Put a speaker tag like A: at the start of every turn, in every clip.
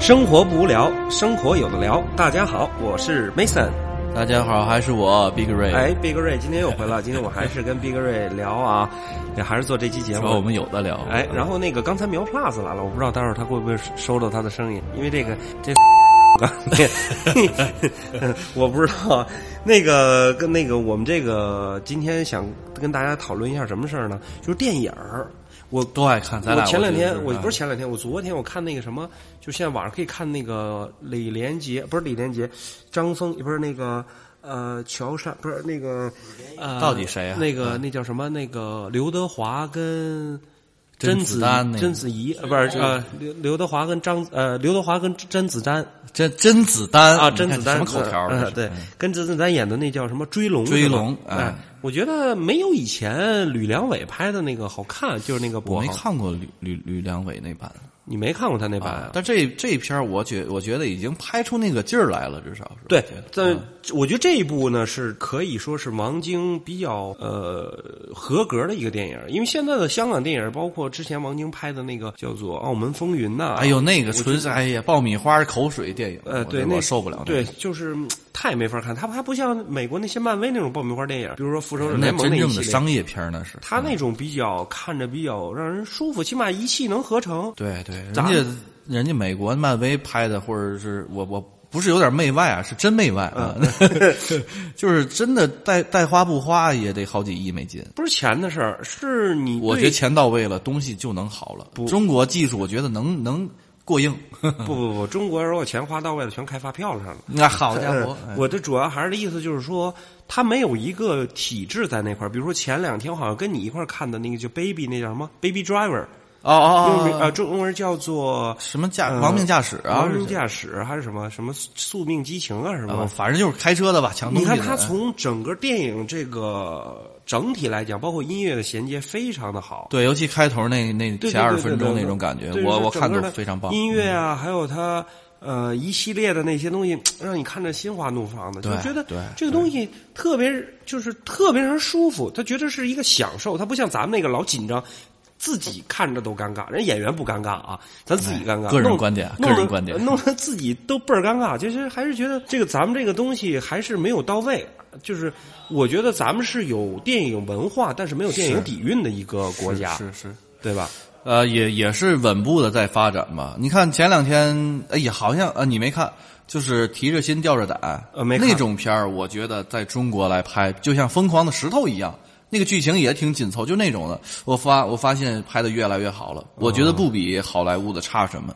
A: 生活不无聊，生活有的聊。大家好，我是 Mason。
B: 大家好，还是我 Big Ray。
A: 哎，Big Ray 今天又回来，今天我还是跟 Big Ray 聊啊，也还是做这期节
B: 主
A: 目。
B: 要我们有的聊。
A: 哎，然后那个刚才苗 Plus 来了，我不知道待会儿他会不会收到他的声音，因为这个这 我不知道。那个跟那个我们这个今天想跟大家讨论一下什么事儿呢？就是电影儿。我
B: 都爱看，咱
A: 我
B: 俩
A: 前两天
B: 觉得
A: 我不是前两天，我昨天我看那个什么，就现在网上可以看那个李连杰，不是李连杰，张峰不是那个呃乔杉，不是那个呃
B: 到底谁啊
A: 那个那叫什么？那个刘德华跟
B: 甄
A: 子
B: 子丹那个
A: 甄子怡呃不是呃刘刘德华跟张呃刘德华跟甄子丹
B: 甄甄子丹
A: 啊
B: 你看
A: 甄子丹
B: 什么口条
A: 呃
B: 儿这
A: 呃
B: 是？嗯
A: 对，跟甄子丹演的那叫什么追龙
B: 追
A: 是吧
B: 龙哎
A: 哎，我觉得没有以前吕良伟拍的那个好哎看，就是那个
B: 我
A: 跛
B: 没
A: 豪
B: 看过吕吕吕良伟那版
A: 你没看过他那版
B: 啊，但这这篇儿我觉我觉得已经拍出那个劲儿来了，至少是
A: 对
B: 我觉得，嗯
A: 但我觉得这一部呢是可以说是王晶比较呃合格的一个电影，因为现在的香港电影，包括之前王晶拍的那个叫做《澳门风云》呐，
B: 哎呦，那个纯是哎呀，爆米花口水电影，
A: 呃，
B: 我
A: 对，
B: 觉得
A: 那
B: 我受不了那
A: 对
B: 个，，
A: 就是嗯太没法看，它它不像美国那些漫威那种爆米花电影，比如说《复仇者
B: 哎那
A: 联盟》
B: 真
A: 一
B: 正
A: 系
B: 的
A: 列
B: 商业片儿那是
A: 它那种比较看着比较让人舒服，起码一气能合成。
B: 对对，人
A: 咱
B: 家人家美国漫威拍的，或者是我我不是有点媚外啊，是真媚外啊，
A: 嗯
B: 就是真的带带花不花也得好几亿美金。
A: 不是钱的事儿，是你
B: 我觉
A: 对
B: 得钱到位了，东西就能好了。中国技术，我觉得能能过硬。
A: 不不不，中国如果钱花到位了，全开发票上了。
B: 那好家
A: 嗯
B: 伙， 哎
A: 我这主要还是意思就是说，他没有一个体制在那块儿。比如说前两天我好像跟你一块儿看的那个叫 Baby 那叫什么 Baby Driver，
B: 哦
A: 用
B: 哦
A: 名
B: 哦
A: 呃
B: 哦，
A: 中文叫做
B: 什么驾
A: 呃
B: 亡命驾驶啊
A: 亡，命驾驶还是什么什么宿命激情啊什
B: 啊
A: 么。
B: 反正就是开车的吧，抢东
A: 你
B: 西的。
A: 看他从整个电影这个整体来讲，包括音乐的衔接非常的好。
B: 对，尤其开头那那
A: 对
B: 前二十分钟那种感觉，我我看
A: 着
B: 着非常棒。嗯
A: 音乐啊，还有他呃一系列的那些东西，让你看着心花怒放的，就
B: 对
A: 觉得
B: 对
A: 这个东西特别就是特别让人舒服，他觉得是一个享受，他不像咱们那个老紧张。自己看着都尴尬，人演员不尴尬啊，咱自己尴尬。
B: 哎个人
A: 弄
B: 观点
A: 弄得
B: 个人观点
A: 弄得自己都倍儿尴尬。其实还是觉得这个咱们这个东西还是没有到位，就是我觉得咱们是有电影文化，但是没有电影底蕴的一个国家，
B: 是是。
A: 对吧？
B: 呃，也也是稳步的在发展吧。你看前两天，哎呀，好像啊、呃你没看，就是提着心吊着胆，
A: 呃没看
B: 那种片儿，我觉得在中国来拍，就像《疯狂的石头》一样，那个剧情也挺紧凑，就那种的。我发我发现拍的越来越好了，我觉得不比好莱坞的差什么，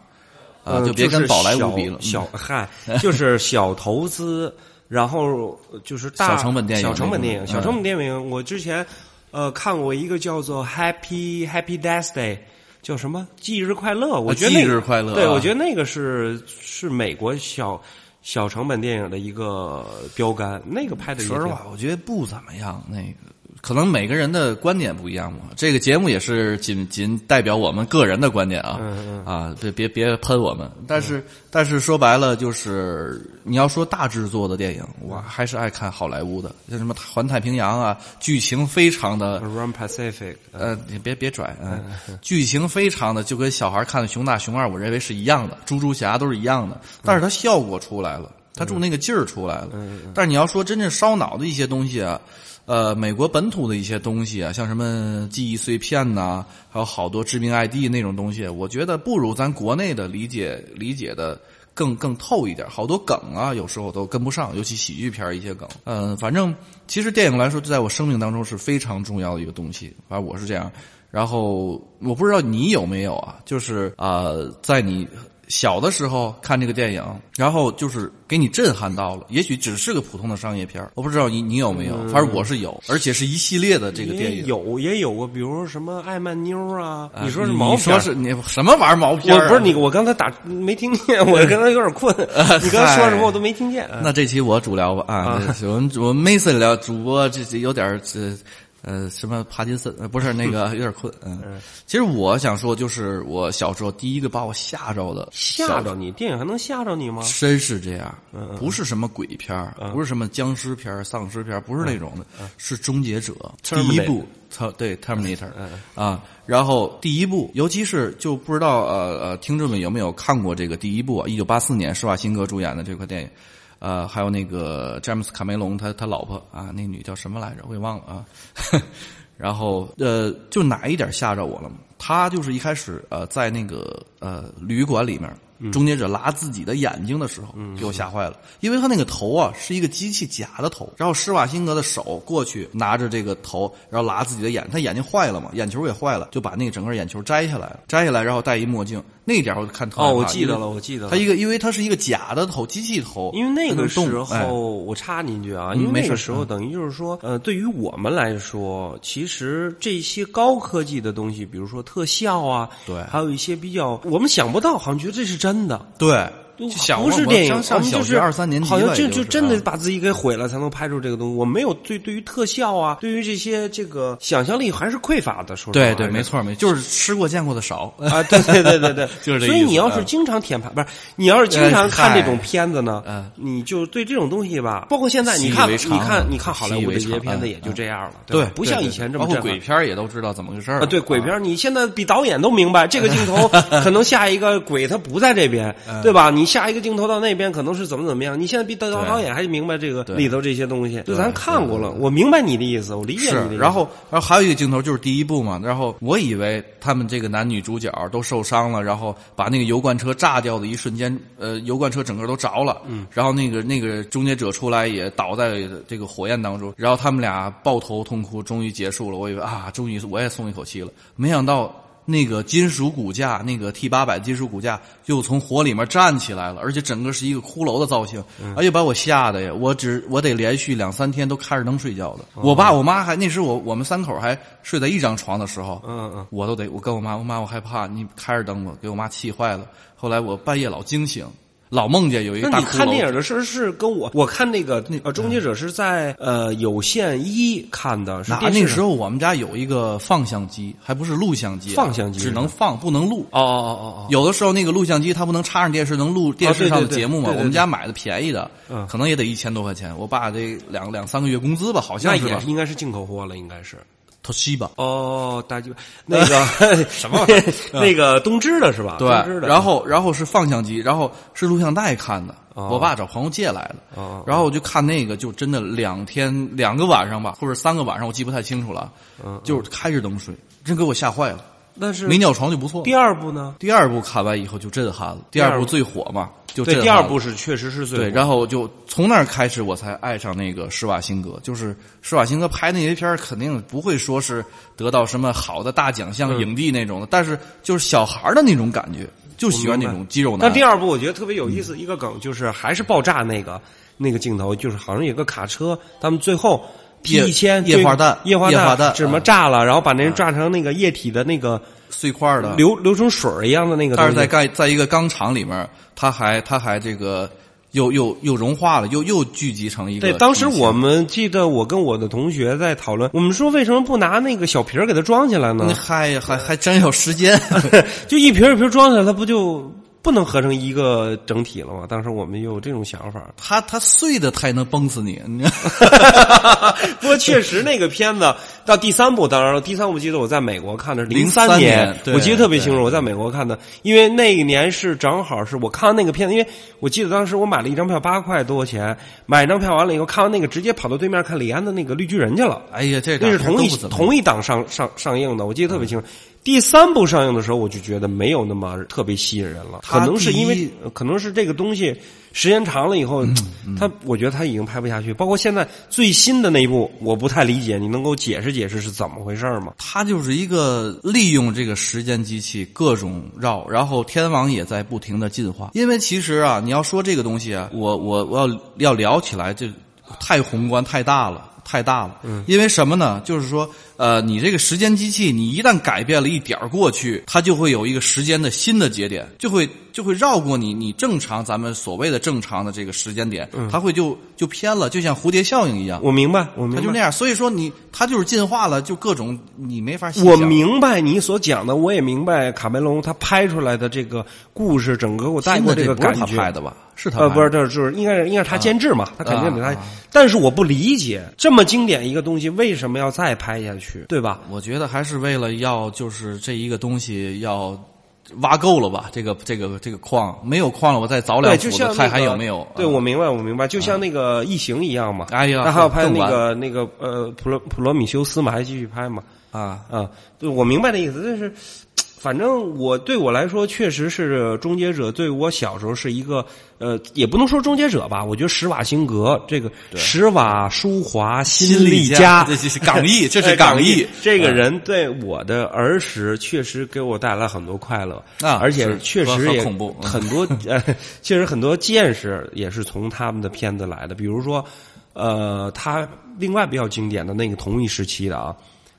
B: 啊、
A: 嗯
B: 就别跟
A: 是
B: 宝莱坞比了。
A: 小小
B: 嗯
A: 嗨，就是小投资，然后就是大
B: 小成本电影
A: 小成本电影，
B: 那种嗯
A: 小成本电影。我之前呃看过一个叫做《Happy Happy Death Day》。叫什么？忌日快乐！我觉得、那个、
B: 忌日快乐
A: 对
B: 啊
A: 我觉得那个是是美国小小成本电影的一个标杆，那个拍的也
B: 说实
A: 挺
B: 话，我觉得不怎么样。那个可能每个人的观点不一样嘛。这个节目也是仅仅代表我们个人的观点啊，
A: 嗯
B: 啊，别别别喷我们。但是、但是说白了，就是你要说大制作的电影，我还是爱看好莱坞的，像什么《环太平洋》啊，剧情非常的。
A: Around Pacific，
B: 呃，你别别拽，嗯、剧情非常的就跟小孩看的《熊大熊二》，我认为是一样的，《猪猪侠》都是一样的，但是它效果出来了，它住那个劲儿出来了。但是你要说真正烧脑的一些东西啊，呃，美国本土的一些东西啊，像什么记忆碎片呐、还有好多致命 ID 那种东西，我觉得不如咱国内的理解理解的。更更透一点，好多梗啊，有时候都跟不上，尤其喜剧片儿一些梗。嗯、反正其实电影来说，在我生命当中是非常重要的一个东西。反正我是这样。然后我不知道你有没有啊，就是啊、呃在你小的时候看这个电影，然后就是给你震撼到了，也许只是个普通的商业片儿我不知道你你有没有，反正我是有，而且是一系列的这个电
A: 也嗯
B: 影。呃
A: 有也有过，比如说什么艾曼妞啊，
B: 啊
A: 你说是
B: 你
A: 毛片
B: 说
A: 儿
B: 是你什么玩意儿毛片、
A: 我
B: 啊？啊
A: 不是你，我刚才打没听见， 我刚才有点困。你刚才说什么我都没听见。啊
B: 那这期我主聊吧啊，我们我们 Mason 聊主播这这有点儿这。呃，什么帕金森，呃，不是 那个有点困，嗯。其实我想说，就是我小时候第一个把我吓着的，
A: 吓着你，电影还能吓着你吗？
B: 真是这样，不是什么鬼片儿，不是什么僵尸片儿、丧尸片儿，不是那种的，是《终结者》第一部，它对 Terminator 啊，然后第一部，尤其是就不知道呃呃，听众们有没有看过这个第一部啊？一九八四年施瓦辛格主演的这款电影。呃，还有那个詹姆斯卡梅隆他他老婆啊，那女叫什么来着？我给忘了啊。然后呃，就哪一点吓着我了吗？他就是一开始呃，在那个呃旅馆里面，
A: 嗯
B: 终结者拉自己的眼睛的时候，给我吓坏了，因为他那个头啊是一个机器假的头，然后施瓦辛格的手过去拿着这个头，然后拉自己的眼，他眼睛坏了嘛，眼球也坏了，就把那个整个眼球摘下来了，摘下来然后戴一墨镜，那点儿我看特害
A: 哦，我
B: 怕
A: 记
B: 因为
A: 得了，我记得了
B: 它。一个，因为它是一个假的头，机器头，
A: 因为那
B: 它
A: 个
B: 能
A: 时
B: 动
A: 候，
B: 哎
A: 我插你一句啊，
B: 嗯
A: 因为
B: 没
A: 那个
B: 事
A: 时候等于就是说，呃，对于我们来说，其实这些高科技的东西，比如说特效啊，
B: 对
A: 还有一些比较我们想不到，好像觉得这是真的，
B: 对，
A: 就
B: 就想
A: 不
B: 我
A: 是
B: 我
A: 电影，
B: 上上
A: 我们
B: 小
A: 就
B: 学
A: 是
B: 二三年级
A: 好像
B: 了，
A: 就
B: 也
A: 就是真的
B: 啊
A: 把自己给毁了，才能拍出这个东西。我没有对对于特效啊，对于这些这个想象力还是匮乏的，说实话
B: 对对，没。错没错，就是吃过见过的少。
A: 啊，对对对对对，
B: 就是这
A: 所以
B: 意思啊哎
A: 你要是经常舔盘，不是你要是经常看这种片子呢，
B: 嗯
A: 你就对这种东西吧，包括现在
B: 习以
A: 你看，
B: 为
A: 你
B: 常
A: 看
B: 了
A: 你看好莱
B: 习以
A: 坞
B: 为
A: 的这些
B: 常
A: 片子
B: 嗯
A: 也就这样了，
B: 对
A: 吧，？不
B: 对
A: 像
B: 对
A: 以前这
B: 包
A: 么
B: 括
A: 震撼
B: 鬼片儿也都知道怎么回事儿
A: 啊，对鬼片儿，你现在比导演都明白，这个镜头可能下一个鬼他不在这边，对吧？你下一个镜头到那边可能是怎么怎么样，你现在比导
B: 对
A: 导演还明白这个
B: 对
A: 里头这些东西，就
B: 对
A: 咱看过了，我明白你的意思，我理解你的意
B: 是，
A: 思。
B: 然后，然后还有一个镜头就是第一部嘛，然后我以为他们这个男女主角都受伤了，然后把那个油罐车炸掉的一瞬间，呃，油罐车整个都着了，嗯，然后那个那个终结者出来也倒在这个火焰当中，然后他们俩抱头痛哭，终于结束了，我以为啊，终于我也松一口气了，没想到。那个金属骨架，那个 T 八百金属骨架又从火里面站起来了，而且整个是一个骷髅的造型，
A: 嗯
B: 哎呀，把我吓得呀！我只我得连续两三天都开着灯睡觉的。
A: 哦
B: 我爸我妈还那时我我们三口还睡在一张床的时候，
A: 嗯嗯，
B: 我都得我跟我妈，我妈我害怕，你开着灯吧，给我妈气坏了。后来我半夜老惊醒，老梦见有一
A: 那
B: 个大
A: 你
B: 骷
A: 看电
B: 髅。
A: 影的时候是跟我，我看那个呃《终结者》是在呃有线一看的，是
B: 那
A: 电视
B: 那时
A: 候
B: 候我们家有一个放相机，还不是录像机啊，
A: 放相机
B: 只能放不能录。
A: 哦哦哦哦
B: 有的时候那个录像机它不能插上电视，能录电视上的节目
A: 啊
B: 嘛？
A: 对对对
B: 我们家买的便宜的
A: 嗯，
B: 可能也得一千多块钱。我爸这两两三个月工资吧，好
A: 那
B: 像是
A: 也
B: 吧
A: 是应该是进口货了，应该是。
B: ？Toshiba。
A: 哦，大鸡巴，那个什么， 那个东芝的是吧？
B: 对
A: 东芝，的。
B: 然后然后是放相机，然后是录像带看的。
A: 哦
B: 我爸找朋友借来
A: 哦
B: 的，然后我就看那个，就真的两天两个晚上吧，或者三个晚上，我记不太清楚了，就是开着灯睡，真给我吓坏了。
A: 但是
B: 没尿床就不错。
A: 第二部呢？
B: 第二部看完以后就震撼了，第
A: 二
B: 二部
A: 部
B: 最火嘛，就
A: 对，
B: 震
A: 第二
B: 撼了
A: 部是确实是最
B: 对，
A: 火
B: 然后就从那儿开始，我才爱上那个施瓦辛格。就是施瓦辛格拍那些片儿，肯定不会说是得到什么好的大奖
A: 嗯
B: 项、影帝那种的，但是就是小孩儿的那种感觉，就喜欢那种肌肉男。
A: 但第二部我觉得特别有意思，一个梗就是还是爆炸那个那个镜头，就是好像有个卡车，他们最后。P
B: 液
A: 一千
B: 液化弹
A: 液化
B: 液化弹
A: 什么
B: 嗯
A: 炸了，然后把那人炸成那个液体的那个
B: 碎块儿的，
A: 流流成水儿一样的那个东
B: 嗯但
A: 西。
B: 是在盖在一个钢厂里面，他还他还这个又又又融化了，又又聚集成一个。
A: 对，当时我们记得我跟我的同学在讨论，我们说为什么不拿那个小瓶儿给它装起来
B: 那
A: 呢？
B: 嗯 还还还真有时间。
A: 就一瓶儿一瓶儿装起来，它不就不能合成一个整体了吗？当时我们有这种想法。
B: 他他碎的，他也能崩死你。你知道
A: 不过确实那个片子到第三部，当然了，第三部我记得我在美国看的是
B: 03
A: 三
B: 年对
A: 我记得特别清楚，我在美国看的，因为那一年是正好是我看完那个片子，因为我记得当时我买了一张票八块多钱，买一张票完了以后看完那个，直接跑到对面看李安的那个《绿巨人》去了。
B: 哎呀，这
A: 那是同一
B: 一
A: 同一档上上上映的，我记得特别清楚。第三部上映的时候，我就觉得没有那么特别吸引人了，可
B: 它
A: 能是因
B: 第
A: 为
B: 一嗯
A: 可能是这个东西时间长了以后，它我觉得它已经拍不下去。包括现在最新的那一部，我不太理解，你能给我解释解释是怎么回事儿吗？
B: 他就是一个利用这个时间机器各种绕，然后天王也在不停的进化。因为其实啊，你要说这个东西啊，我我我要要聊起来，这太宏观太大了。太大了，因为什么呢？就是说，呃，你这个时间机器，你一旦改变了一点儿过去，它就会有一个时间的新的节点，就会就会绕过你你正常咱们所谓的正常的这个时间点，它会就就偏了，就像蝴蝶效应一样，
A: 我明白，我明
B: 它
A: 白，
B: 就那样。所以说你它就是进化了，就各种你没法细
A: 我
B: 想
A: 明白你所讲的，我也明白卡梅隆他拍出来的这个故事，整个我带
B: 新
A: 过
B: 的
A: 这个
B: 不是
A: 感
B: 他
A: 觉。
B: 拍的吧？是他
A: 呃，
B: 拍
A: 不是，
B: 的
A: 这就是应该是应该是他监制嘛，他肯定得他。
B: 啊啊
A: 但是我不理解，这么经典一个东西，为什么要再拍下去，对吧？
B: 我觉得还是为了要就是这一个东西要挖够了吧，这个这个这个矿没有矿了，我再凿两
A: 对，
B: 斧
A: 就
B: 子
A: 像、那个、
B: 看还有没有。
A: 对，
B: 啊
A: 我明白，我明白，就像那个《异形》一样嘛。
B: 哎呀
A: 他还啊要拍
B: 更
A: 那
B: 完
A: 个那个呃普罗普罗米修斯嘛，还继续拍嘛。
B: 啊，
A: 啊，对，我明白的意思，但是。反正我对我来说，确实是《终结者》对我小时候是一个呃，也不能说《终结者》吧，我觉得施瓦辛格这个施瓦舒华辛
B: 力
A: 利
B: 加
A: 加，
B: 这是 港译这是
A: 哎
B: 港嗯
A: 港
B: 译
A: 这个人对我的儿时确实给我带来很多快乐
B: 啊
A: 而且
B: 是
A: 确
B: 和
A: 实
B: 和
A: 也
B: 恐怖嗯
A: 很多 呃，确实很多见识也是从他们的片子来的，比如说呃，他另外比较经典的那个同一时期的啊，《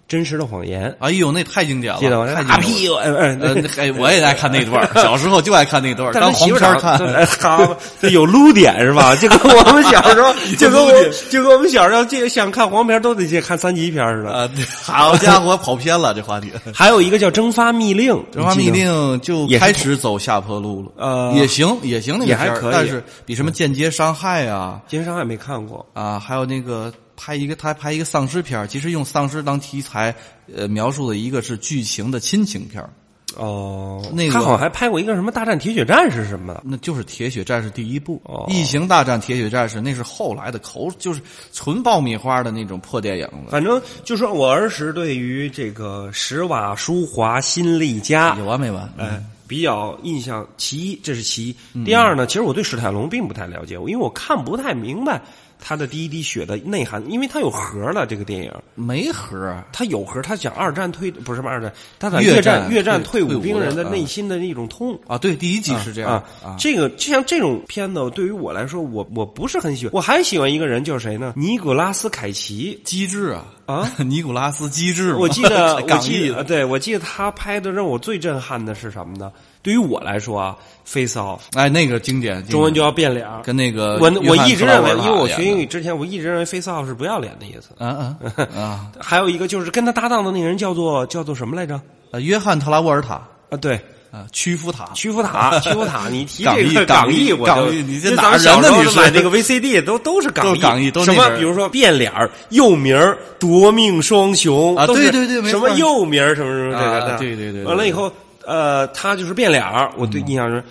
A: 真实的谎言》。
B: 哎呦，那太经典了，
A: 记得吗？
B: 太经
A: 大
B: 典了。
A: 屁股，嗯
B: 呃，
A: 嗯，
B: 哎，我也爱看那段 儿，小时候就爱看那段儿，
A: 但
B: 当
A: 跟
B: 黄
A: 媳妇
B: 片
A: 长
B: 儿看。
A: 哎好，这有撸点是吧？ 就跟我们小时候，就跟我
B: 有撸点
A: 就跟我们小时候，这个想看黄片儿都得去看三级片儿似的。
B: 啊，对 好家伙，跑偏了这话题。
A: 还有一个叫《蒸发密令》，
B: 这方
A: 你
B: 面
A: 记
B: 一
A: 得吗
B: 定就
A: 也是
B: 开始走下坡路了。
A: 呃
B: 也行，也行，那个
A: 也
B: 片儿
A: 还可以嗯
B: 但是比什么间接伤害啊
A: 奸商还没看过。
B: 啊，还有那个拍一个他拍一个丧尸片儿，其实用丧尸当题材，呃，描述的一个是剧情的亲情片儿，
A: 哦，
B: 那个
A: 他好像还拍过一个什么《大战铁血战士》什么的。
B: 那就是《铁血战士》第一部，
A: 哦
B: 异形大战铁血战士》，那是后来的口，就是纯爆米花的那种破电影了。
A: 反正就说我儿时对于这个史瓦舒华辛利加，
B: 有完没完？
A: 哎，比较印象，其一这是其
B: 嗯
A: 一。第二呢，其实我对史泰龙并不太了解，因为我看不太明白他的第一滴血的内涵，因为他有核了这个电影。
B: 没核儿，
A: 他有核，他讲二战退不是什么二战，他讲
B: 越
A: 越
B: 战
A: 越战
B: 退
A: 退
B: 退伍
A: 伍兵人的
B: 了啊
A: 内心的那种痛，
B: 啊！对，第一季是这样
A: 啊。这个就像这种片子，对于我来说，我我不是很喜欢。我还喜欢一个人，叫谁呢？尼古拉斯凯奇。
B: 机智啊
A: 啊！
B: 尼古拉斯机智嘛，
A: 我记 得，我
B: 港
A: 记
B: 译
A: 得，
B: 的
A: 对我记得他拍的让我最震撼的是什么呢？对于我来说啊，《Face Off》
B: 哎，那个经典，经典
A: 中文就要变脸儿。
B: 跟那个
A: 我
B: 约
A: 我
B: 翰
A: 一直
B: 克劳
A: 认为
B: 威，尔
A: 因为我
B: 演
A: 学
B: 的
A: 英语之前，我一直认为《Face Off》是不要脸的意思。
B: 啊啊啊
A: 还有一个就是跟他搭档的那人叫做叫做什么来着？
B: 啊！约翰特拉沃尔塔
A: 啊，对，
B: 啊，屈服塔，
A: 屈服塔，屈服塔，你提 这
B: 港译
A: 个
B: 港译
A: 译，我
B: 港
A: 就
B: 译你这
A: 因为
B: 哪
A: 咱们小
B: 人呢
A: 时候
B: 你是
A: 买那个 VCD 都都是港
B: 都
A: 译，
B: 是港译都
A: 什
B: 那
A: 么
B: 边儿
A: 比如说变脸儿、幼名儿、夺命双雄
B: 啊
A: 都是
B: 对对对没
A: 什
B: 错
A: 么幼名儿什么什么这个
B: 啊
A: 的，
B: 对对对对嗯
A: 完了以后，呃，他就是变脸儿，我对印象是。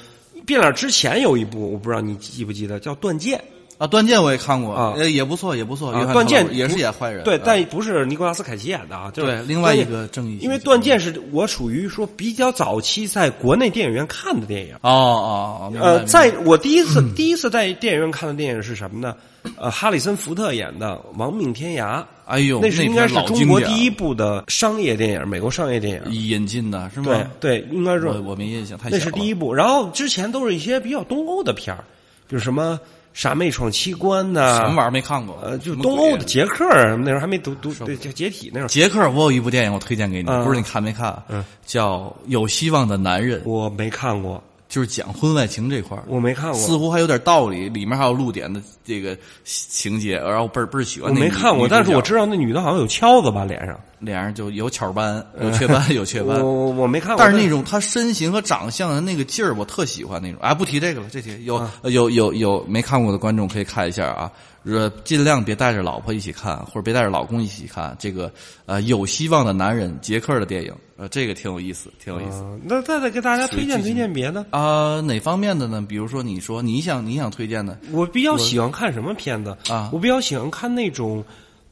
A: 变脸儿之前有一部，我不知道你记不记得，叫《断剑
B: 啊，断剑我也看过，
A: 啊
B: 呃，也不错，也不错。》约
A: 啊，
B: 翰
A: 《断剑
B: 特拉》也是演坏人，
A: 对，
B: 啊
A: 但不是尼古拉斯凯奇演的啊，就是
B: 对另外一
A: 断
B: 个
A: 剑
B: 正义，
A: 因为《断剑》是我属于说比较早期在国内电影院看的电影，
B: 哦哦，哦明白嗯
A: 呃，
B: 明白
A: 在我第一次、第一次在电影院看的电影是什么呢？呃，哈里森福特演的《亡命天涯》，
B: 哎呦，
A: 那
B: 是
A: 是应该是中国第
B: 一
A: 一部的商业电影，美国商业电影。
B: 呃引进的是吗？
A: 对对，应该是
B: 我我没印象，太小
A: 那
B: 了
A: 是第一部。然后之前都是一些比较东欧的片儿，比如什么《傻妹闯七关》
B: 什么玩意
A: 呐，
B: 儿没看过？
A: 呃，就
B: 什么
A: 东
B: 鬼
A: 欧的捷克儿什么那时候还没读读对叫解体那时候，
B: 捷克，我有一部电影我推荐给你，
A: 嗯
B: 不知道你看没看？啊
A: 嗯，
B: 叫《有希望的男人》，
A: 我没看过，
B: 就是讲婚外情这块儿。
A: 我没看过，
B: 似乎还有点道理，里面还有露点的这个情节，然后倍儿倍儿喜欢
A: 我
B: 那女。
A: 没看过，
B: 女主
A: 但是我
B: 角
A: 知道那女的好像有敲子吧脸上，
B: 脸上就有雀斑，有雀斑，有雀斑
A: 我。我我没看过，
B: 但是那种她身形和长相的那个劲儿，我特喜欢那种。哎，不提这个了，这题有有有有没看过的观众可以看一下啊。呃，尽量别带着老婆一起看，或者别带着老公一起看这个呃有希望的男人捷克的电影，呃，这个挺有意思，挺有意思。
A: 嗯那再再给大家推荐推荐别的。
B: 啊、哪方面的呢？比如说，你说你想你想推荐的
A: 我比较喜欢看什么片子
B: 啊
A: 我比较喜欢看那种，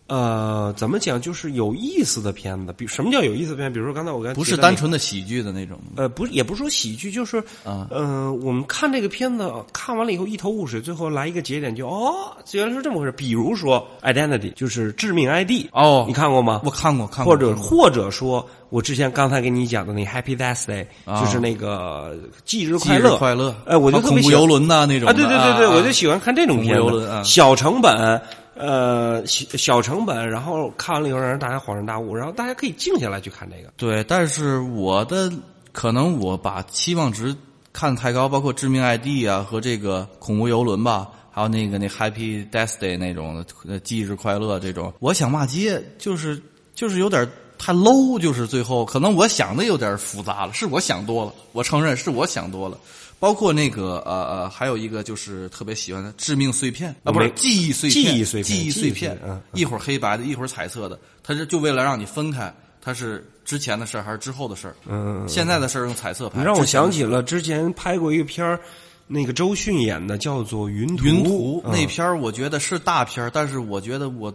A: 呃，怎么讲，就是有意思的片子。比什么叫有意思的片？比如说刚才我刚
B: 不是单，纯的喜剧的那种
A: 呃，不是，也不是说喜剧，就是，
B: 啊
A: 呃，我们看这个片子看完了以后一头雾水，最后来一个节点就哦，原来是这么回事。比如说《Identity》，就是致命 ID，
B: 哦
A: 你看过吗？
B: 我看过，看过，
A: 或者
B: 看过
A: 或者说，我之前刚才跟你讲的那 Happy Death Day，、
B: 啊
A: 就是那个忌日
B: 忌
A: 快
B: 日
A: 乐，
B: 快乐，
A: 哎，我就
B: 啊
A: 特别
B: 恐怖
A: 喜欢
B: 游轮呐、那种
A: 啊，
B: 的
A: 对对对对，
B: 啊
A: 我就喜欢看这种片
B: 恐怖游轮啊
A: 子，小成本，呃小小成本，然后看了以后让人大家恍然大悟，然后大家可以静下来去看这个。
B: 对，但是我的可能我把期望值看太高，包括《致命 ID》啊和这个《恐怖游轮》吧，还有那个那《Happy Death Day》那种的呃忌日快乐这种，我想骂街，就是就是有点太 low，就是最后可能我想的有点复杂了，是我想多了，我承认是我想多了。包括那个呃呃，还有一个就是特别喜欢的《致命碎片》啊，不是
A: 没
B: 《记忆碎片》，
A: 记忆碎片
B: 记忆
A: 记
B: 碎
A: 忆碎
B: 片
A: 片嗯，
B: 一会儿黑白的，一会儿彩色的，它是就为了让你分开，它是之前的事儿还是之后的事儿？嗯，现在的事儿用彩色排，
A: 你让我
B: 之前的
A: 想起了之前拍过一个片儿，那个周迅演的叫做《云图》。嗯
B: 云图
A: 啊
B: 那片儿，我觉得是大片儿，但是我觉得我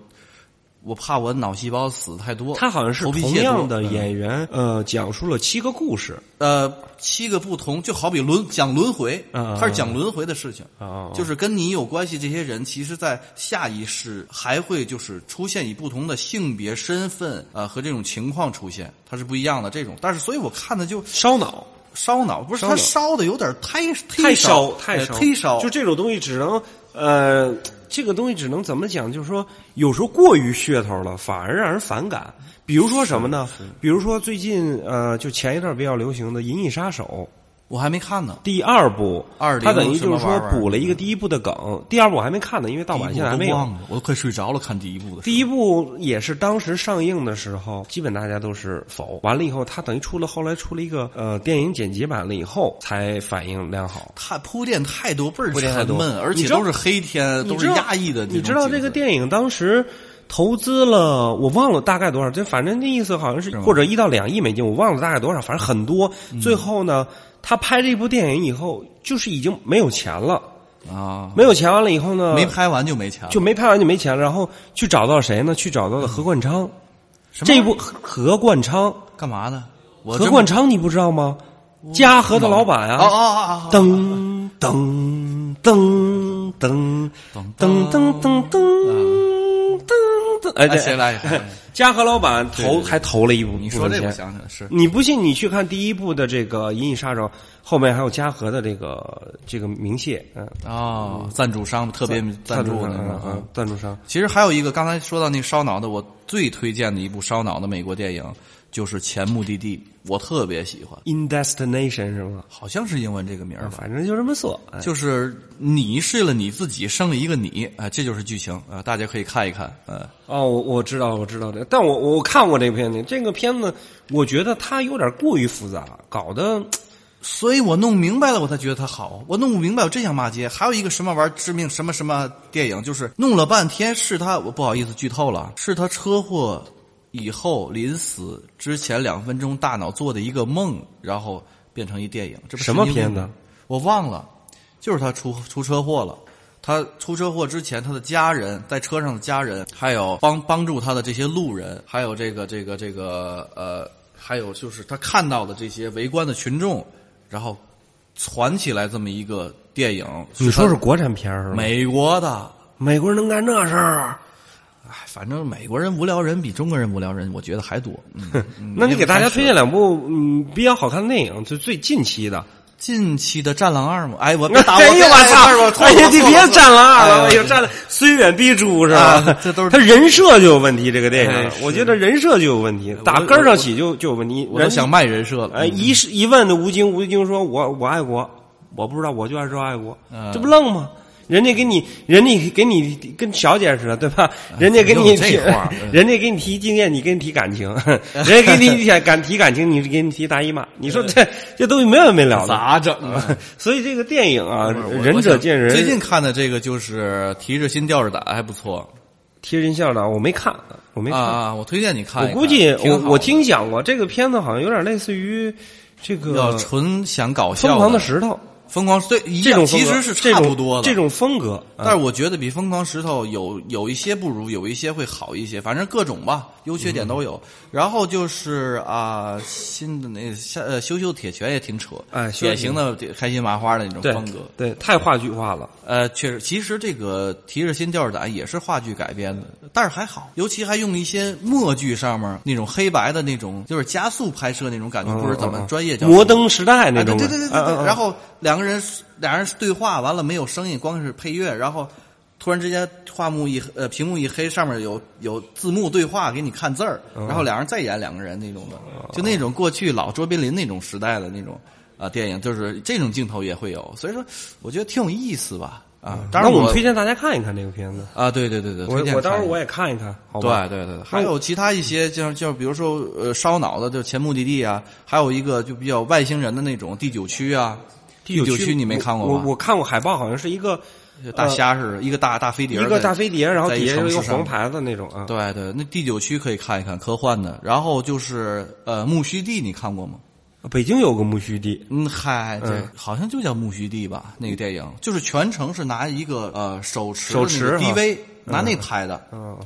B: 我怕我脑细胞死太多，
A: 他好像是
B: 头皮
A: 同
B: 屑多
A: 样的
B: 嗯
A: 演员，呃，讲述了七个故事。
B: 呃，七个不同，就好比轮讲轮回，
A: 嗯嗯
B: 它是讲轮回的事情，
A: 哦
B: 就是跟你有关系。这些人其实，在下一世还会就是出现以不同的性别、身份啊、呃和这种情况出现，它是不一样的这种。但是，所以我看的就
A: 烧脑，
B: 烧脑，不是
A: 烧
B: 它
A: 脑
B: 烧的有点太
A: 太
B: 烧
A: 太烧，
B: 忒烧，
A: 就这种东西只能，呃，这个东西只能怎么讲？就是说，有时候过于噱头了，反而让人反感。比如说什么呢？比如说最近呃，就前一段比较流行的《银翼杀手
B: 我还没看呢》。
A: 第二部，
B: 20
A: 它等于就是
B: 什么玩
A: 说
B: 意儿嗯
A: 补了一个第一部的梗。第二部我还没看呢，因为盗版现在还没
B: 我都
A: 有。
B: 忘了，我都快睡着了。看第一部的时候
A: 第一部也是当时上映的时候，基本大家都是否。完了以后，它等于出了后来出了一个呃电影剪辑版了以后，才反应良好。
B: 太铺垫太多，倍儿
A: 垫太
B: 沉
A: 多
B: 闷，而
A: 你
B: 且
A: 知道
B: 都是黑天，
A: 你
B: 都
A: 知
B: 是
A: 道
B: 压抑的种景色。
A: 你知道这个电影当时投资了，我忘了大概多少，就反正那意思好像是
B: 吗
A: 或者一到两亿美金，我忘了大概多少，反正很多。最后呢，他拍这部电影以后，就是已经没有钱了，
B: 啊，
A: 没有钱完了以后呢，
B: 没拍完就没钱了，
A: 就没拍完就没钱了，然后去找到谁呢？去找到了何冠昌。
B: 什么
A: 这部何冠昌，
B: 干嘛呢？我
A: 何
B: 真
A: 冠昌你不知道吗？嘉禾的老板啊，
B: 哦哦哦哦哦，
A: 噔噔噔噔噔噔噔噔噔噔，哎，
B: 哎，
A: 对
B: 谁？来？
A: 嘉禾老板
B: 对
A: 投
B: 对对
A: 还投了一部，
B: 你说这
A: 部分
B: 我
A: 钱。
B: 想起来是
A: 你不信？你去看第一部的这个《银翼杀手》，后面还有嘉禾的这个这个明谢，嗯，
B: 哦，赞助商特别赞助
A: 商
B: 啊的那
A: 嗯
B: 种。
A: 嗯，赞助商。
B: 其实还有一个，刚才说到那烧脑的，我最推荐的一部烧脑的美国电影就是《前目的地》，我特别喜欢，
A: In Destination 是吗？啊
B: 好像是英文这个名儿吧。
A: 反正就这么说。
B: 嗯
A: 哎
B: 就是你是了你自己，生了一个你啊、这就是剧情啊、大家可以看一看。呃，
A: 哦，我我知道，我知道这，但我我看过这个片子，这个片子我觉得它有点过于复杂，搞得
B: 所以我弄明白了，我才觉得它好。我弄不明白，我真想骂街。还有一个什么玩意儿致命什么什么电影，就是弄了半天是他，我不好意思剧透了啊，是他车祸以后临死之前两分钟大脑做的一个梦，然后变成一电影。这不是
A: 什么
B: 神经病
A: 片子
B: 吗？我忘了，就是他出出车祸了。他出车祸之前，他的家人在车上的家人，还有帮帮助他的这些路人，还有这个这个这个呃，还有就是他看到的这些围观的群众，然后攒起来这么一个电影。
A: 你说
B: 他
A: 是国产片儿是吗？
B: 美国的？
A: 美国人能干这事儿？
B: 哎，反正美国人无聊人比中国人无聊人，我觉得还多。嗯，嗯
A: 那你给大家推荐
B: 因为
A: 两部嗯比较好看的电影，就最近期的。
B: 近期的《战狼二》吗？ 哎，我别打我！
A: 哎呦
B: 哎
A: 我操！哎呀，你别战狼二了，哎
B: 哎
A: 呦，
B: 呦，
A: 战了虽远必诛是吧
B: 啊？这都是
A: 他人设就有问题，这个电
B: 哎
A: 影，
B: 是
A: 我觉得人设就有问题，打根儿上起就就有问题。
B: 我都
A: 人
B: 想卖人设了。嗯
A: 哎，一是一问的吴京，吴京说我我爱国，我不知道，我就爱说爱国
B: 嗯，
A: 这不愣吗？人家给你，人家给你跟小姐似的，对吧？人家给你
B: 啊用
A: 提
B: 这话，嗯
A: 人家给你提经验，你给你提感 情；人家给你想敢提感情，你给你提大姨妈。你说这这东西没完没了的。
B: 嗯咋整啊？
A: 所以这个电影啊，
B: 我
A: 仁者见仁。
B: 最近看的这个就是提着心吊着胆，还不错
A: 提人笑的，我没看，我没看。
B: 啊！我推荐你看一
A: 我
B: 看，
A: 估计
B: 挺
A: 我
B: 好的
A: 我听讲过这个片子，好像有点类似于这
B: 要
A: 个《
B: 纯想搞笑
A: 呃疯狂
B: 的
A: 的石头》。
B: 疯狂对一
A: 这种
B: 样，其
A: 风格
B: 实是差不多的嗯
A: 这种这种风格，啊
B: 但是我觉得比《疯狂石头有》有一些不如，有一些会好一些，反正各种吧，优缺
A: 嗯
B: 点都有。然后就是啊、新的那下呃，羞羞铁拳也挺扯，
A: 哎羞羞
B: 典型的开心麻花的那种
A: 对
B: 风格。
A: 对，太话剧化了。
B: 呃，确实，其实这个提着心吊着胆也是话剧改编的，但是还好，尤其还用一些默剧上面那种黑白的那种，就是加速拍摄那种感觉，不是嗯怎么专业叫
A: 嗯摩登时代那
B: 啊，对
A: 种
B: 对
A: 的，
B: 对对
A: 嗯
B: 对
A: 嗯
B: 对。
A: 嗯
B: 然后两个人俩人对话完了没有声音，光是配乐，然后突然之间画幕一呃屏幕一黑，上面有有字幕对话给你看字儿，
A: 嗯
B: 然后两人再演两个人那种的，就那种过去老卓别林那种时代的那种啊、电影，就是这种镜头也会有，所以说我觉得挺有意思吧啊。
A: 嗯那
B: 当然
A: 我们
B: 我
A: 推荐大家看一看这个片子。
B: 啊，对对对对，
A: 我
B: 推荐
A: 我到时
B: 看
A: 候
B: 一下
A: 我也看一看，好吧？
B: 对对对，对还有其他一些，就就比如说呃烧脑的，就前目的地啊，还有一个就比较外星人的那种第九区啊，第
A: 有
B: 九
A: 趣
B: 区你没看过
A: 我
B: 吗？
A: 我看过海报，好像是一个
B: 就大虾似的，一个大大飞碟
A: 一
B: 儿在，
A: 个大飞碟，然后
B: 在一
A: 底下有
B: 城
A: 一
B: 市
A: 个
B: 上
A: 黄牌子那种啊。
B: 对对，那第九区可以看一看科幻的，然后就是呃木须地，你看过吗？
A: 北京有个木须地，
B: 嗯，嗨，对，
A: 嗯
B: 好像就叫木须地吧，那个电影就是全程是拿一个呃手持的
A: 手持
B: 那个
A: 哈
B: DV 拿那拍的，
A: 嗯，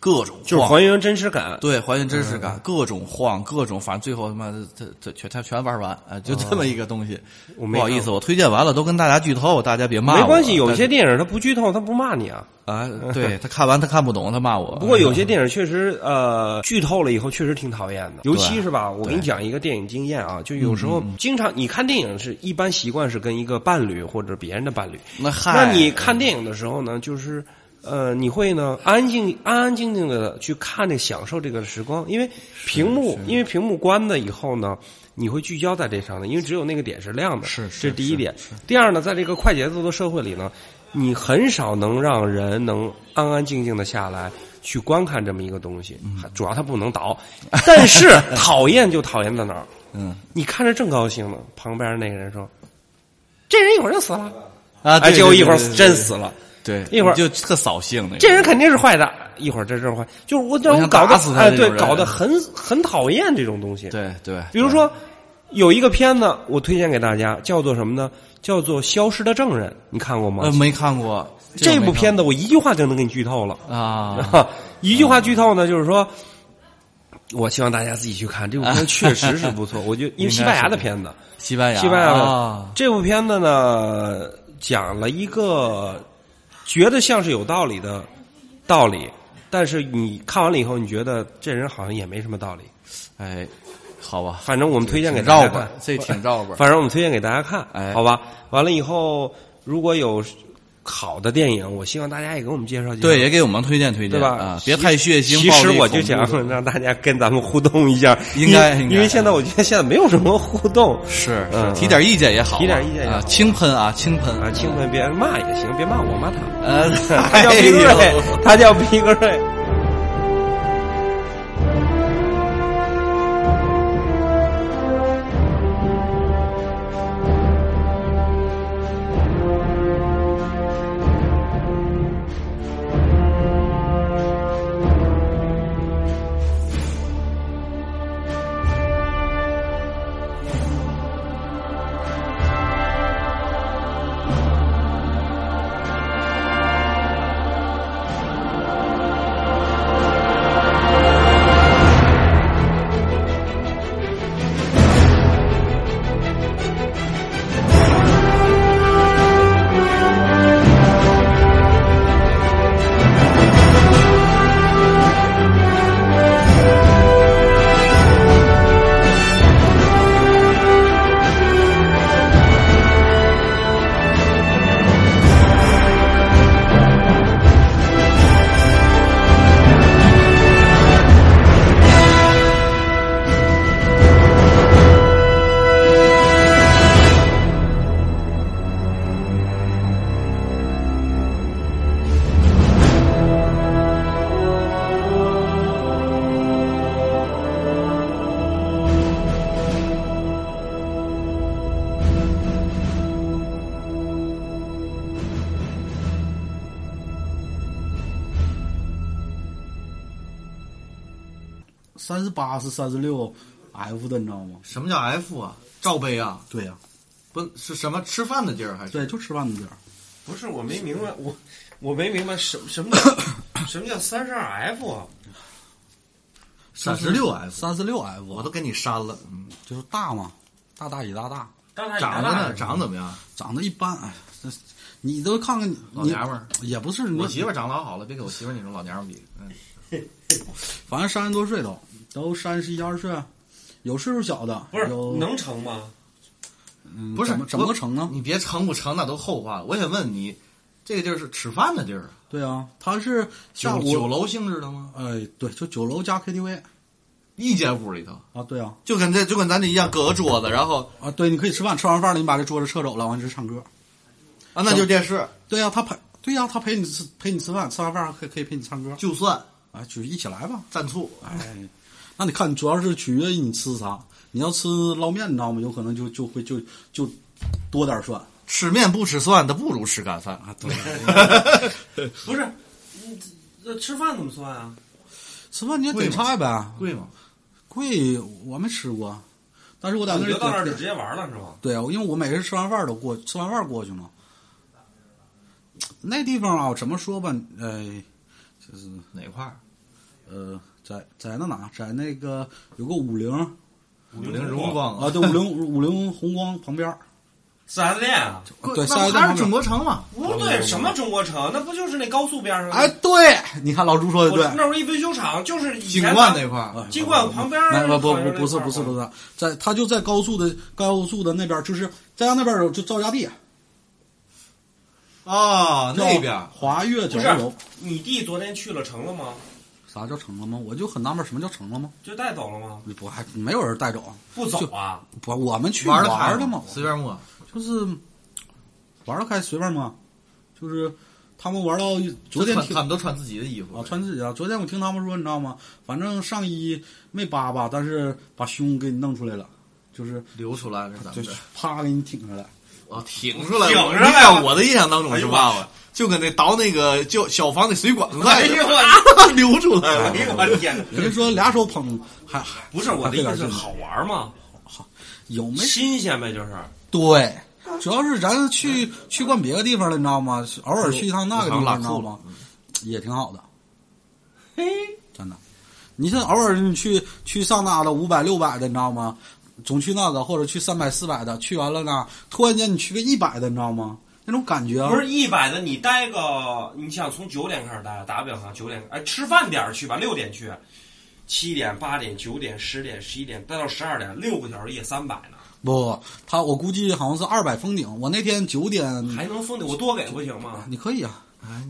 B: 各种
A: 就是
B: 晃
A: 还原真实感。嗯
B: 对，还原真实感，各种晃，各种，反正最后他妈的这这全他全玩完啊，就这么一个东西。
A: 我哦没
B: 不好
A: 看
B: 意思，我推荐完了都跟大家剧透，大家别骂我。
A: 没关系，有一
B: 但
A: 些电影它不剧透，它不骂你啊。
B: 啊，对他看完他看不懂，他骂我。哎
A: 不过有些电影确实，呃，剧透了以后确实挺讨厌的，尤其是吧，我
B: 对嗯
A: 跟你讲一个电影经验啊，就有时候经常你看电影是一般习惯是跟一个伴侣或者别人的伴侣，
B: 那嗨，
A: 那你看电影的时候呢，就是呃，你会呢安静安安静静的去看这享受这个时光，因为屏幕因为屏幕关了以后呢。你会聚焦在这上的，因为只有那个点是亮的，
B: 是是
A: 这第一点。第二呢，在这个快节奏的社会里呢，你很少能让人能安安静静的下来去观看这么一个东西，
B: 嗯
A: 主要它不能 倒。但是讨厌就讨厌在哪儿？
B: 嗯
A: 你看着正高兴呢，旁边那个人说：“这人一会儿就死了。”
B: 啊，
A: 哎，
B: 对
A: 结果一会儿
B: 对对
A: 真死了。
B: 对，
A: 一会儿
B: 你就特扫兴那个。
A: 这人肯定是坏的，一会儿这是坏，就是我让
B: 我
A: 我
B: 想
A: 搞得
B: 打死他
A: 哎，
B: 那
A: 对
B: 种，人
A: 搞得很很讨厌这种东西。
B: 对对，
A: 比如说有一个片子，我推荐给大家，叫做什么呢？叫做《消失的证人》，你看过吗？
B: 呃没看过
A: 这部片
B: 子
A: 子我一句话就能给你剧透了，
B: 啊，
A: 一句话剧透呢，就是说。我希望大家自己去看这部片，确实是不 错。我觉得因为西班牙的片子，
B: 西班牙，
A: 西班牙的、
B: 啊，
A: 这部片子呢，讲了一个觉得像是有道理的道理，但是你看完了以后，你觉得这人好像也没什么道理。
B: 哎，好吧，
A: 反正我们推荐给
B: 挺
A: 大
B: 绕
A: 家
B: 吧
A: 看，，
B: 这挺绕吧。
A: 反正我们推荐给大家看，
B: 哎
A: 好吧？完了以后，如果有好的电影，我希望大家也给我们介绍介绍。
B: 对，也给我们推荐推荐，
A: 对吧
B: 啊，别太血腥。
A: 其
B: 暴
A: 实
B: 力
A: 我就
B: 恐怖
A: 想
B: 的
A: 让大家跟咱们互动一下，
B: 应该
A: 因为
B: 应该啊
A: 因为现在我觉得现在没有什么互动，
B: 是
A: 嗯
B: 是，提点意见也好啊，
A: 提点意见也好
B: 啊，轻喷啊，轻喷
A: 啊，亲们别骂也行，别骂我，骂他。
B: 呃，
A: 他叫皮格
B: 哎呦
A: 瑞，他叫皮格瑞。
C: 三十八是三十六 F 的，你知道吗？
B: 什么叫 F 啊？罩杯啊？
C: 对呀、
B: 不是什么吃饭的地儿还是？
C: 对，就吃饭的地儿。
A: 不是，我没明白，我我没明白什什么叫什么叫三十二 F 啊？
B: 36 F
C: 三十六 F，
B: 我都给你删了。嗯，哎
C: 就是大嘛，大大以大大，
A: 当然
B: 长得呢？长得怎么样？
C: 长得一般。哎，这你都看看你
B: 老娘们儿
C: 你也不是你
B: 我媳妇儿长得老好了，别跟我媳妇儿那种老娘们比。嗯，
C: 反正三十多岁都都三十一二岁，啊有岁数小的，
B: 哎
A: 不是
C: 有
A: 能成吗？
C: 嗯
B: 不是
C: 怎么怎么
B: 我
C: 成呢？
B: 你别成不成那都后话了。我想问你，这个地儿是吃饭的地儿啊，
C: 对啊，他是下
B: 酒
C: 午
B: 酒楼性质的吗？
C: 哎，对，就酒楼加 KTV
B: 一间屋里头，
C: 啊，对啊，
B: 就跟这就跟咱这一样，搁个桌子，然后
C: 啊，对，你可以吃饭，吃完饭了你把这桌子撤走了，完就唱歌。
B: 啊，那就是电视，
C: 对呀、啊他陪，对呀、他陪你吃，陪你吃饭，吃完饭还可以可以陪你唱歌，
B: 就算
C: 啊，就一起来吧。
B: 蘸醋，
C: 哎，那你看，主要是取决于你吃啥。你要吃捞面，你知道吗？有可能就就会就就多点蒜
B: 吃面不吃蒜的，不如吃干饭。
C: 啊。对，
D: 不是，你这吃饭怎么算啊？
C: 吃饭你就点菜呗，
B: 贵吗？
C: 贵我没吃过，但是我在那
D: 你就到那
C: 儿
D: 儿就
C: 点
D: 直接玩了是吗？
C: 对啊，因为我每次吃完饭都过，吃完饭过去嘛。那地方啊，怎么说吧，呃，就是
B: 哪块儿？
C: 呃，在在那哪，在那个有个五菱
B: 五菱荣光
C: 啊，，对，五菱五菱宏光旁边儿，
D: 四 S 店啊？
B: 贵
C: 对，下
B: 那
C: 一
B: 不
C: 站
B: 还
C: 旁
B: 是中国
C: 边儿。
B: 城嘛？
D: 不对，什么中国城？那不就是那高速边上？
C: 哎，，对，你看老朱说的
D: 我
C: 对，
D: 那时候一维修厂就是以
B: 金
D: 前
B: 冠
D: 咱
B: 那块儿，
D: 金冠旁边儿
C: 啊那不不
D: 好像
C: 不不是
D: 那块儿
C: 不是
D: 吧
C: 不是，在他就在高速的高速的那边儿，就是在那边儿有就赵家地
B: 啊，
C: 叫
B: 那边儿
C: 华悦酒
D: 不
C: 楼
D: 是，你弟昨天去了成了吗？
C: 啥叫成了吗？我就很纳闷儿，什么叫成了吗？
D: 就带走了吗？
C: 不还没有人带走，
D: 不走啊？
C: 不我们去
B: 玩
C: 玩
B: 的
C: 儿的嘛，
B: 随便摸。
C: 就是玩得开随便摸，就是他们玩到昨
B: 就
C: 天
B: 穿
C: 听
B: 他们都穿自己的衣服
C: 啊，穿自己啊。昨天我听他们说，你知道吗？反正上衣没扒吧，但是把胸给你弄出来了，就是
B: 流出来是咋
C: 就
B: 的
C: 是？啪给你挺上来。
B: 哦，挺出来了，
D: 挺出来了
B: 你在我的印象当中是
D: 哎呦
B: 嘛嘛，就跟那倒那个就小房那水管子在
D: 哎呦
B: 那
D: 我，
B: 流出来
D: 哎
B: 了。
D: 呦我的天！
C: 人家说俩手捧，还还
D: 不是我的意思是
C: 还
D: 好玩吗？
C: 有没嗯
D: 新鲜呗，就是。
C: 对。
D: 嗯
C: 主要是咱去去惯别的地方了，你知道吗？偶尔去一趟那个地
B: 我好像拉
C: 方，
B: 裤
C: 你
B: 子
C: 知道吗？也挺好的，
D: 嘿，
C: 真的。你像偶尔你去去上那的五百六百的，你知道吗？总去那个或者去三百四百的，去完了呢，突然间你去个一百的，你知道吗？那种感觉啊
D: 不是一百的，你待个，你想从九点开始待，打个比方，九点，哎，吃饭点儿去吧，六点去，七点、八点、九点、十点、十一点，待到十二点，六个小时也三百呢，
C: 不不不，他我估计好像是二百封顶。我那天九点，
D: 还哎能封顶？我多给不行吗？
C: 你可以啊，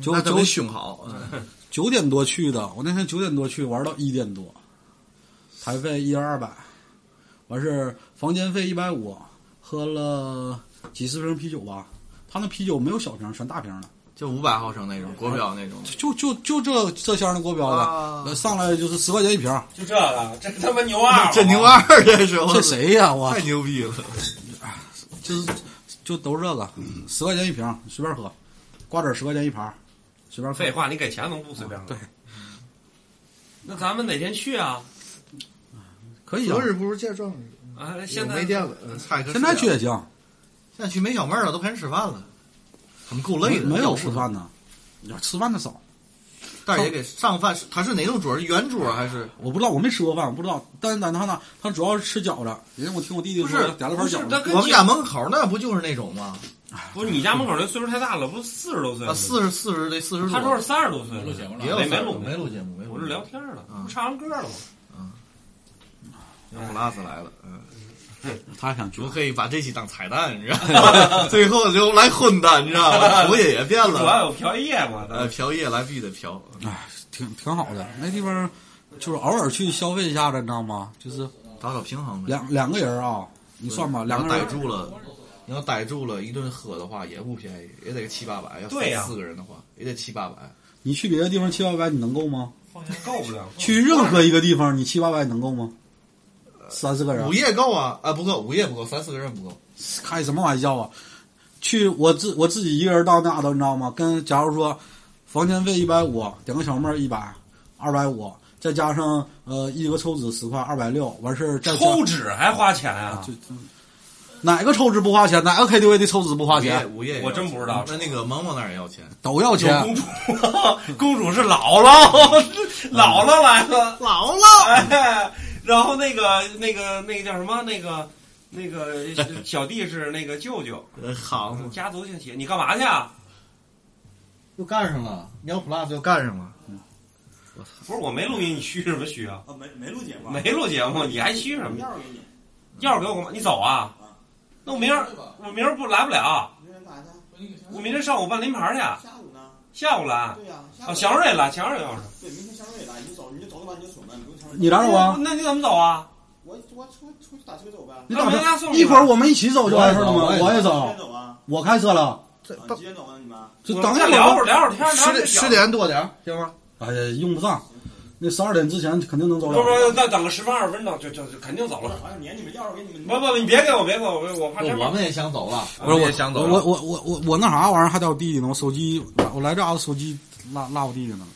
C: 九
B: 那
C: 九
B: 真胸好，嗯
C: 九点多去的，我那天九点多去，玩到一点多，台费一人二百，完事儿房间费一百五，喝了几十瓶啤酒吧。他那啤酒没有小瓶，全大瓶的，
B: 就五百毫升那种国标那种。
C: 就就就这这箱的国标的，
B: 啊哦
C: 呃上来就是十块钱一瓶。
D: 就这个，这他妈牛二，
B: 这牛二这是我
C: 这谁呀、
D: 啊
C: 我
B: 太牛逼了！
C: 就是就都是这个，十块钱一瓶，随便喝，瓜子儿十块钱一盘，随便喝
D: 废。话，你给钱能不随便吗？
C: 对，
D: 那咱们哪天去啊？
C: 可以啊
E: 择，日不如见撞日，
D: 啊，现
E: 有
D: 在
E: 没电了。嗯
B: 菜可
C: 现在
B: 是啊
C: 去也行。
B: 现在去没小妹儿了，都陪人吃饭了，他们够累的。
C: 没没有
B: 要
C: 吃
B: 是，
C: 饭的，呀吃饭的少，
B: 但是也给上饭。他是哪种桌？是圆桌还是？
C: 我不知道，我没吃过饭，我不知道。但是在他那，他主要是吃饺子，因为我听我弟弟
B: 不
C: 说
B: 是
C: 点了盘饺
D: 不是
C: 子
D: 他，跟
B: 我们家门口那不就是那种吗？
D: 不是你家门口这岁数太大了，不是四十多岁了
B: 啊，
D: 吗？
B: 四十四十得四十多。
D: 他说是三十多岁了，
F: 录节目了
B: 别有
D: 没
B: 事
D: 没
B: 儿
D: 录
B: 没录节目，没录。
D: 我是聊天儿了，
B: 嗯
D: 不唱完歌了吗？
B: 让普拉斯来了，
D: 哎
B: 嗯，
C: 他想去
B: 我们。可以把这期当彩蛋，你知道吗？ 最后就来混的，你知道 吗？主也也变
D: 主
B: 了，
D: 要有嫖夜嘛，
B: 呃，
D: 咱
B: 嫖夜来必得嫖，嗯
C: 哎，挺挺好的，那地方就是偶尔去消费一下子，你知道吗？就是
B: 找找平衡呗。
C: 两两个人啊，你算吧，
B: 你要
C: 两个
B: 逮
C: 人
B: 住了，你要逮住了一顿喝的话也不便宜，也得七八百。要
D: 对呀
B: 三四个人的话，也得七八百。
C: 你去别的地方七八百，你能够吗？
D: 够不了。
C: 去任何一个地方，你七八百能够吗？三四个人
B: 午，夜够啊？啊，不够，午夜不够，三四个人不够。
C: 开什么玩笑啊！去我自我自己一个人到那头，你知道吗？跟假如说房间费一百五，点个小妹儿一百，二百五，再加上呃一个抽纸十块，二百六，完事儿再加
D: 抽纸还花钱啊？
C: 就哪个抽纸不花钱？哪个 KTV 的抽纸不花
B: 午夜
C: 钱？
B: 午夜也要
D: 我真不知道
B: 那那个萌萌那儿也要 钱，
C: 都要
D: 有
C: 钱
D: 公。主， 公主是姥 姥，姥姥来了，
B: 姥姥
D: 哎，然后那个那个那个叫什么？那个那个 小弟是那个舅舅，
B: 呃好
C: 嗯
B: 嘛，
D: 家族性企业，你干嘛去啊？
B: 又干上了，鸟 plus 又干上了。
D: 不是我没录音，你虚什么虚啊？
G: 啊，没没录节目啊，
D: 没录节目，你还虚什么？
G: 钥匙给你，
D: 钥匙给我干嘛？你走啊？那我明儿我明儿不来不了，
G: 你干啥去？
D: 我明天上午办临牌去，啊
G: 下午呢？
D: 下午来。
G: 对呀、下午
D: 啊，小瑞也来，小瑞要是，
G: 对，明天小瑞来，你就走，你就走的话你就走吧，你不用强
C: 你来了我
D: 那你怎么走啊？
G: 我我出出去打车走呗。
C: 你
D: 那
C: 打
D: 人家送
C: 车，
D: 你
C: 一
D: 吧
C: 会儿我们一起走就完事儿了吗？
B: 我
C: 我也
G: 几
C: 走
G: 点，走啊？
C: 我开车了。
G: 这
B: 到
G: 几点走啊？你们？
C: 就
D: 我
C: 等一
D: 再
C: 会
D: 聊会
C: 儿
D: 儿，
C: 吧，
D: 聊会儿天儿。
B: 十
D: 聊会儿
B: 点
D: 天儿
B: 十，点多点儿行吗？
C: 哎呀，用不上，那十二点之前肯定能走
D: 不
C: 了。
D: 不，再等个十分二十分钟，就就就肯定走
G: 我
D: 了。
G: 好像撵你们钥匙给你们。
D: 不不，你别给我，别给我，我怕
H: 不
D: 这
H: 嗯我们也想走了，
B: 我说我想走
C: 我
B: 了，
C: 我我我我我那啥玩意儿还在我弟弟呢，我手机我来这旯手机落落我弟弟呢，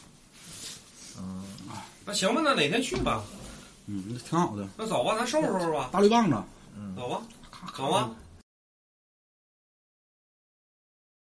D: 那行吧，那哪天去吧？
C: 嗯，挺好的，
D: 那走吧，咱收拾收拾吧，
H: 嗯
C: 大绿棒子，
D: 走吧，走吧。